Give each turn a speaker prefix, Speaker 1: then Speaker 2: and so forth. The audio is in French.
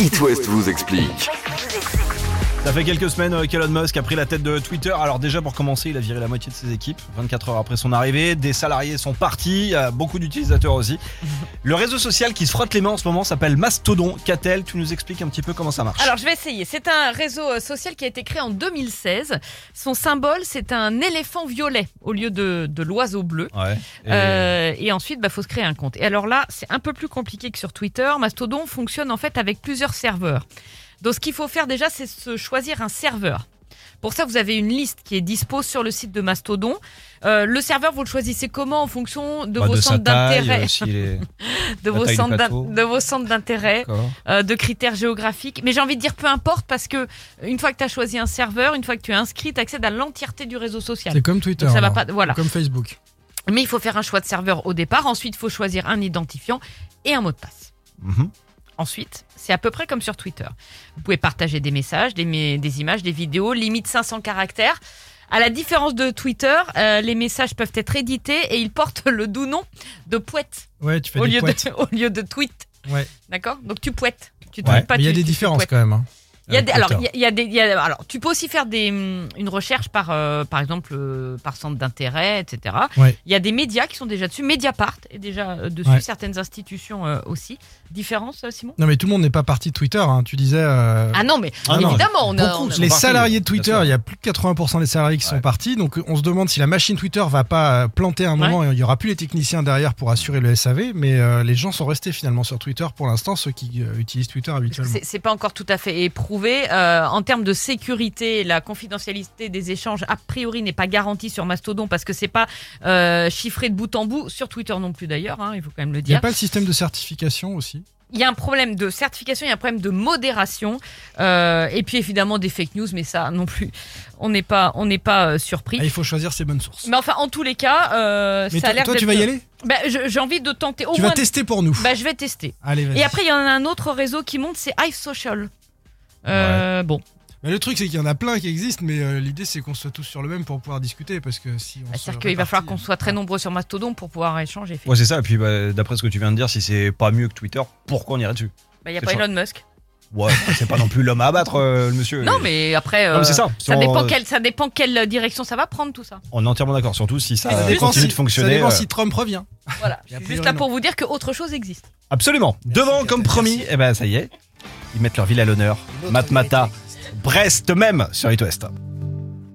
Speaker 1: It West vous explique.
Speaker 2: Ça fait quelques semaines euh, qu'Elon Musk a pris la tête de Twitter. Alors déjà pour commencer, il a viré la moitié de ses équipes 24 heures après son arrivée. Des salariés sont partis, euh, beaucoup d'utilisateurs aussi. Le réseau social qui se frotte les mains en ce moment s'appelle Mastodon. Catel, tu nous expliques un petit peu comment ça marche.
Speaker 3: Alors, je vais essayer. C'est un réseau euh, social qui a été créé en 2016. Son symbole, c'est un éléphant violet au lieu de, de l'oiseau bleu.
Speaker 2: Ouais. Et-
Speaker 3: Euh, et ensuite, il faut se créer un compte. Et alors là, c'est un peu plus compliqué que sur Twitter. Mastodon fonctionne en fait avec plusieurs serveurs. Donc, ce qu'il faut faire déjà, c'est se choisir un serveur. Pour ça, vous avez une liste qui est dispo sur le site de Mastodon. Euh, le serveur, vous le choisissez comment en fonction de
Speaker 2: bah,
Speaker 3: vos
Speaker 2: sa
Speaker 3: centres
Speaker 2: taille,
Speaker 3: d'intérêt,
Speaker 2: euh, s'il est- la
Speaker 3: de, vos
Speaker 2: taille du
Speaker 3: centres d'in-
Speaker 2: plateau.
Speaker 3: de vos centres d'intérêt,
Speaker 2: D'accord.
Speaker 3: euh, de critères géographiques. Mais j'ai envie de dire peu importe parce que euh, une fois que tu as choisi un serveur, une fois que tu es inscrit, tu accèdes à l'entièreté du réseau social.
Speaker 4: C'est comme Twitter.
Speaker 3: Donc ça va
Speaker 4: alors.
Speaker 3: pas, voilà.
Speaker 4: Comme Facebook.
Speaker 3: Mais il faut faire un choix de serveur au départ. Ensuite, il faut choisir un identifiant et un mot de passe.
Speaker 2: Mhm.
Speaker 3: Ensuite, c'est à peu près comme sur Twitter. Vous pouvez partager des messages, des, mé- des images, des vidéos, limite 500 caractères. À la différence de Twitter, euh, les messages peuvent être édités et ils portent le doux nom de poète
Speaker 4: Ouais, tu fais
Speaker 3: au
Speaker 4: des
Speaker 3: lieu
Speaker 4: couettes.
Speaker 3: de, au lieu de tweet.
Speaker 4: Ouais.
Speaker 3: D'accord Donc tu poètes. Tu
Speaker 2: Ouais.
Speaker 3: tweets pas,
Speaker 4: Mais il y a
Speaker 3: tu-
Speaker 4: des
Speaker 3: tu- tu
Speaker 4: différences
Speaker 3: poètes.
Speaker 4: quand même. hein,
Speaker 3: Il y a
Speaker 4: avec
Speaker 3: des, alors,
Speaker 4: Twitter.
Speaker 3: il y a- il y a des, il y a- alors, tu peux aussi faire des, hum, une recherche par, euh, par exemple, euh, par centre d'intérêt, etc.
Speaker 4: Ouais.
Speaker 3: Il y a des médias qui sont déjà dessus. Mediapart est déjà euh, dessus,
Speaker 4: Ouais.
Speaker 3: certaines institutions euh, aussi. Différence, euh, Simon
Speaker 4: Non, mais tout le monde n'est pas parti de Twitter. hein. Tu disais. euh,
Speaker 3: Ah non, mais
Speaker 2: Ah non,
Speaker 3: évidemment, on a. on a-
Speaker 4: les
Speaker 2: partis,
Speaker 4: salariés de
Speaker 2: bien
Speaker 4: Twitter,
Speaker 2: sûr.
Speaker 4: il y a plus de 80% des salariés qui
Speaker 2: Ouais.
Speaker 4: sont partis. Donc on se demande si la machine Twitter va pas euh, planter un moment et il y aura plus les techniciens derrière pour assurer le SAV. Mais euh, les gens sont restés finalement sur Twitter pour l'instant, ceux qui euh, utilisent Twitter habituellement.
Speaker 3: C'est c'est pas encore tout à fait éprouvé. Euh, en termes de sécurité, la confidentialité des échanges a priori n'est pas garantie sur Mastodon parce que c'est pas euh, chiffré de bout en bout sur Twitter non plus d'ailleurs. hein, il faut quand même le
Speaker 4: Il n'y
Speaker 3: dire.
Speaker 4: a pas le système de certification aussi
Speaker 3: Il y a un problème de certification, il y a un problème de modération, euh, et puis évidemment des fake news, mais ça non plus, on n'est pas, on n'est pas euh, surpris.
Speaker 4: Ah, Il faut choisir ses bonnes sources.
Speaker 3: Mais enfin, en tous les cas, euh,
Speaker 4: Mais
Speaker 3: ça a
Speaker 4: toi,
Speaker 3: l'air.
Speaker 4: toi, tu
Speaker 3: d'être-
Speaker 4: vas y aller
Speaker 3: Bah, je- J'ai envie de tenter. Au
Speaker 4: Tu
Speaker 3: moins,
Speaker 4: vas tester pour nous.
Speaker 3: bah, je vais tester.
Speaker 4: Allez, vas-y.
Speaker 3: Et après, il y en a un autre réseau qui monte, c'est Hive Social. Euh, Bon,
Speaker 4: Mais le truc, c'est qu'il y en a plein qui existent, mais euh, l'idée, c'est qu'on soit tous sur le même pour pouvoir discuter. Parce que si on. se
Speaker 3: Bah, c'est-à-dire qu'il va
Speaker 4: répartit- euh,
Speaker 3: falloir qu'on soit très nombreux sur Mastodon pour pouvoir échanger. effectivement.
Speaker 2: Ouais, c'est ça. Et puis bah, d'après ce que tu viens de dire, si c'est pas mieux que Twitter, pourquoi on irait dessus
Speaker 3: Bah, Il n'y a
Speaker 2: c'est
Speaker 3: pas
Speaker 2: ça.
Speaker 3: Elon Musk.
Speaker 2: Ouais, c'est pas non plus l'homme à abattre, euh, le monsieur.
Speaker 3: Non, mais après,
Speaker 2: Non, mais c'est
Speaker 3: euh,
Speaker 2: ça.
Speaker 3: ça
Speaker 2: On-
Speaker 3: dépend quelle, ça dépend quelle euh, direction ça va prendre tout ça.
Speaker 2: On est entièrement d'accord, surtout si ça,
Speaker 4: Ça
Speaker 2: euh,
Speaker 4: dépend
Speaker 2: continue
Speaker 4: si-
Speaker 2: de fonctionner.
Speaker 4: Ça dépend
Speaker 2: euh,
Speaker 4: si Trump revient.
Speaker 3: Voilà,
Speaker 4: Et
Speaker 3: je
Speaker 4: a
Speaker 3: suis
Speaker 4: priori,
Speaker 3: juste là
Speaker 4: non.
Speaker 3: pour vous dire que autre chose existe.
Speaker 2: Absolument.
Speaker 4: Merci,
Speaker 2: Devant,
Speaker 4: Pierre,
Speaker 2: comme
Speaker 4: merci.
Speaker 2: promis, eh et ben ça y est, ils mettent leur ville à l'honneur.
Speaker 4: Une autre
Speaker 2: Matmata, Brest même sur It West.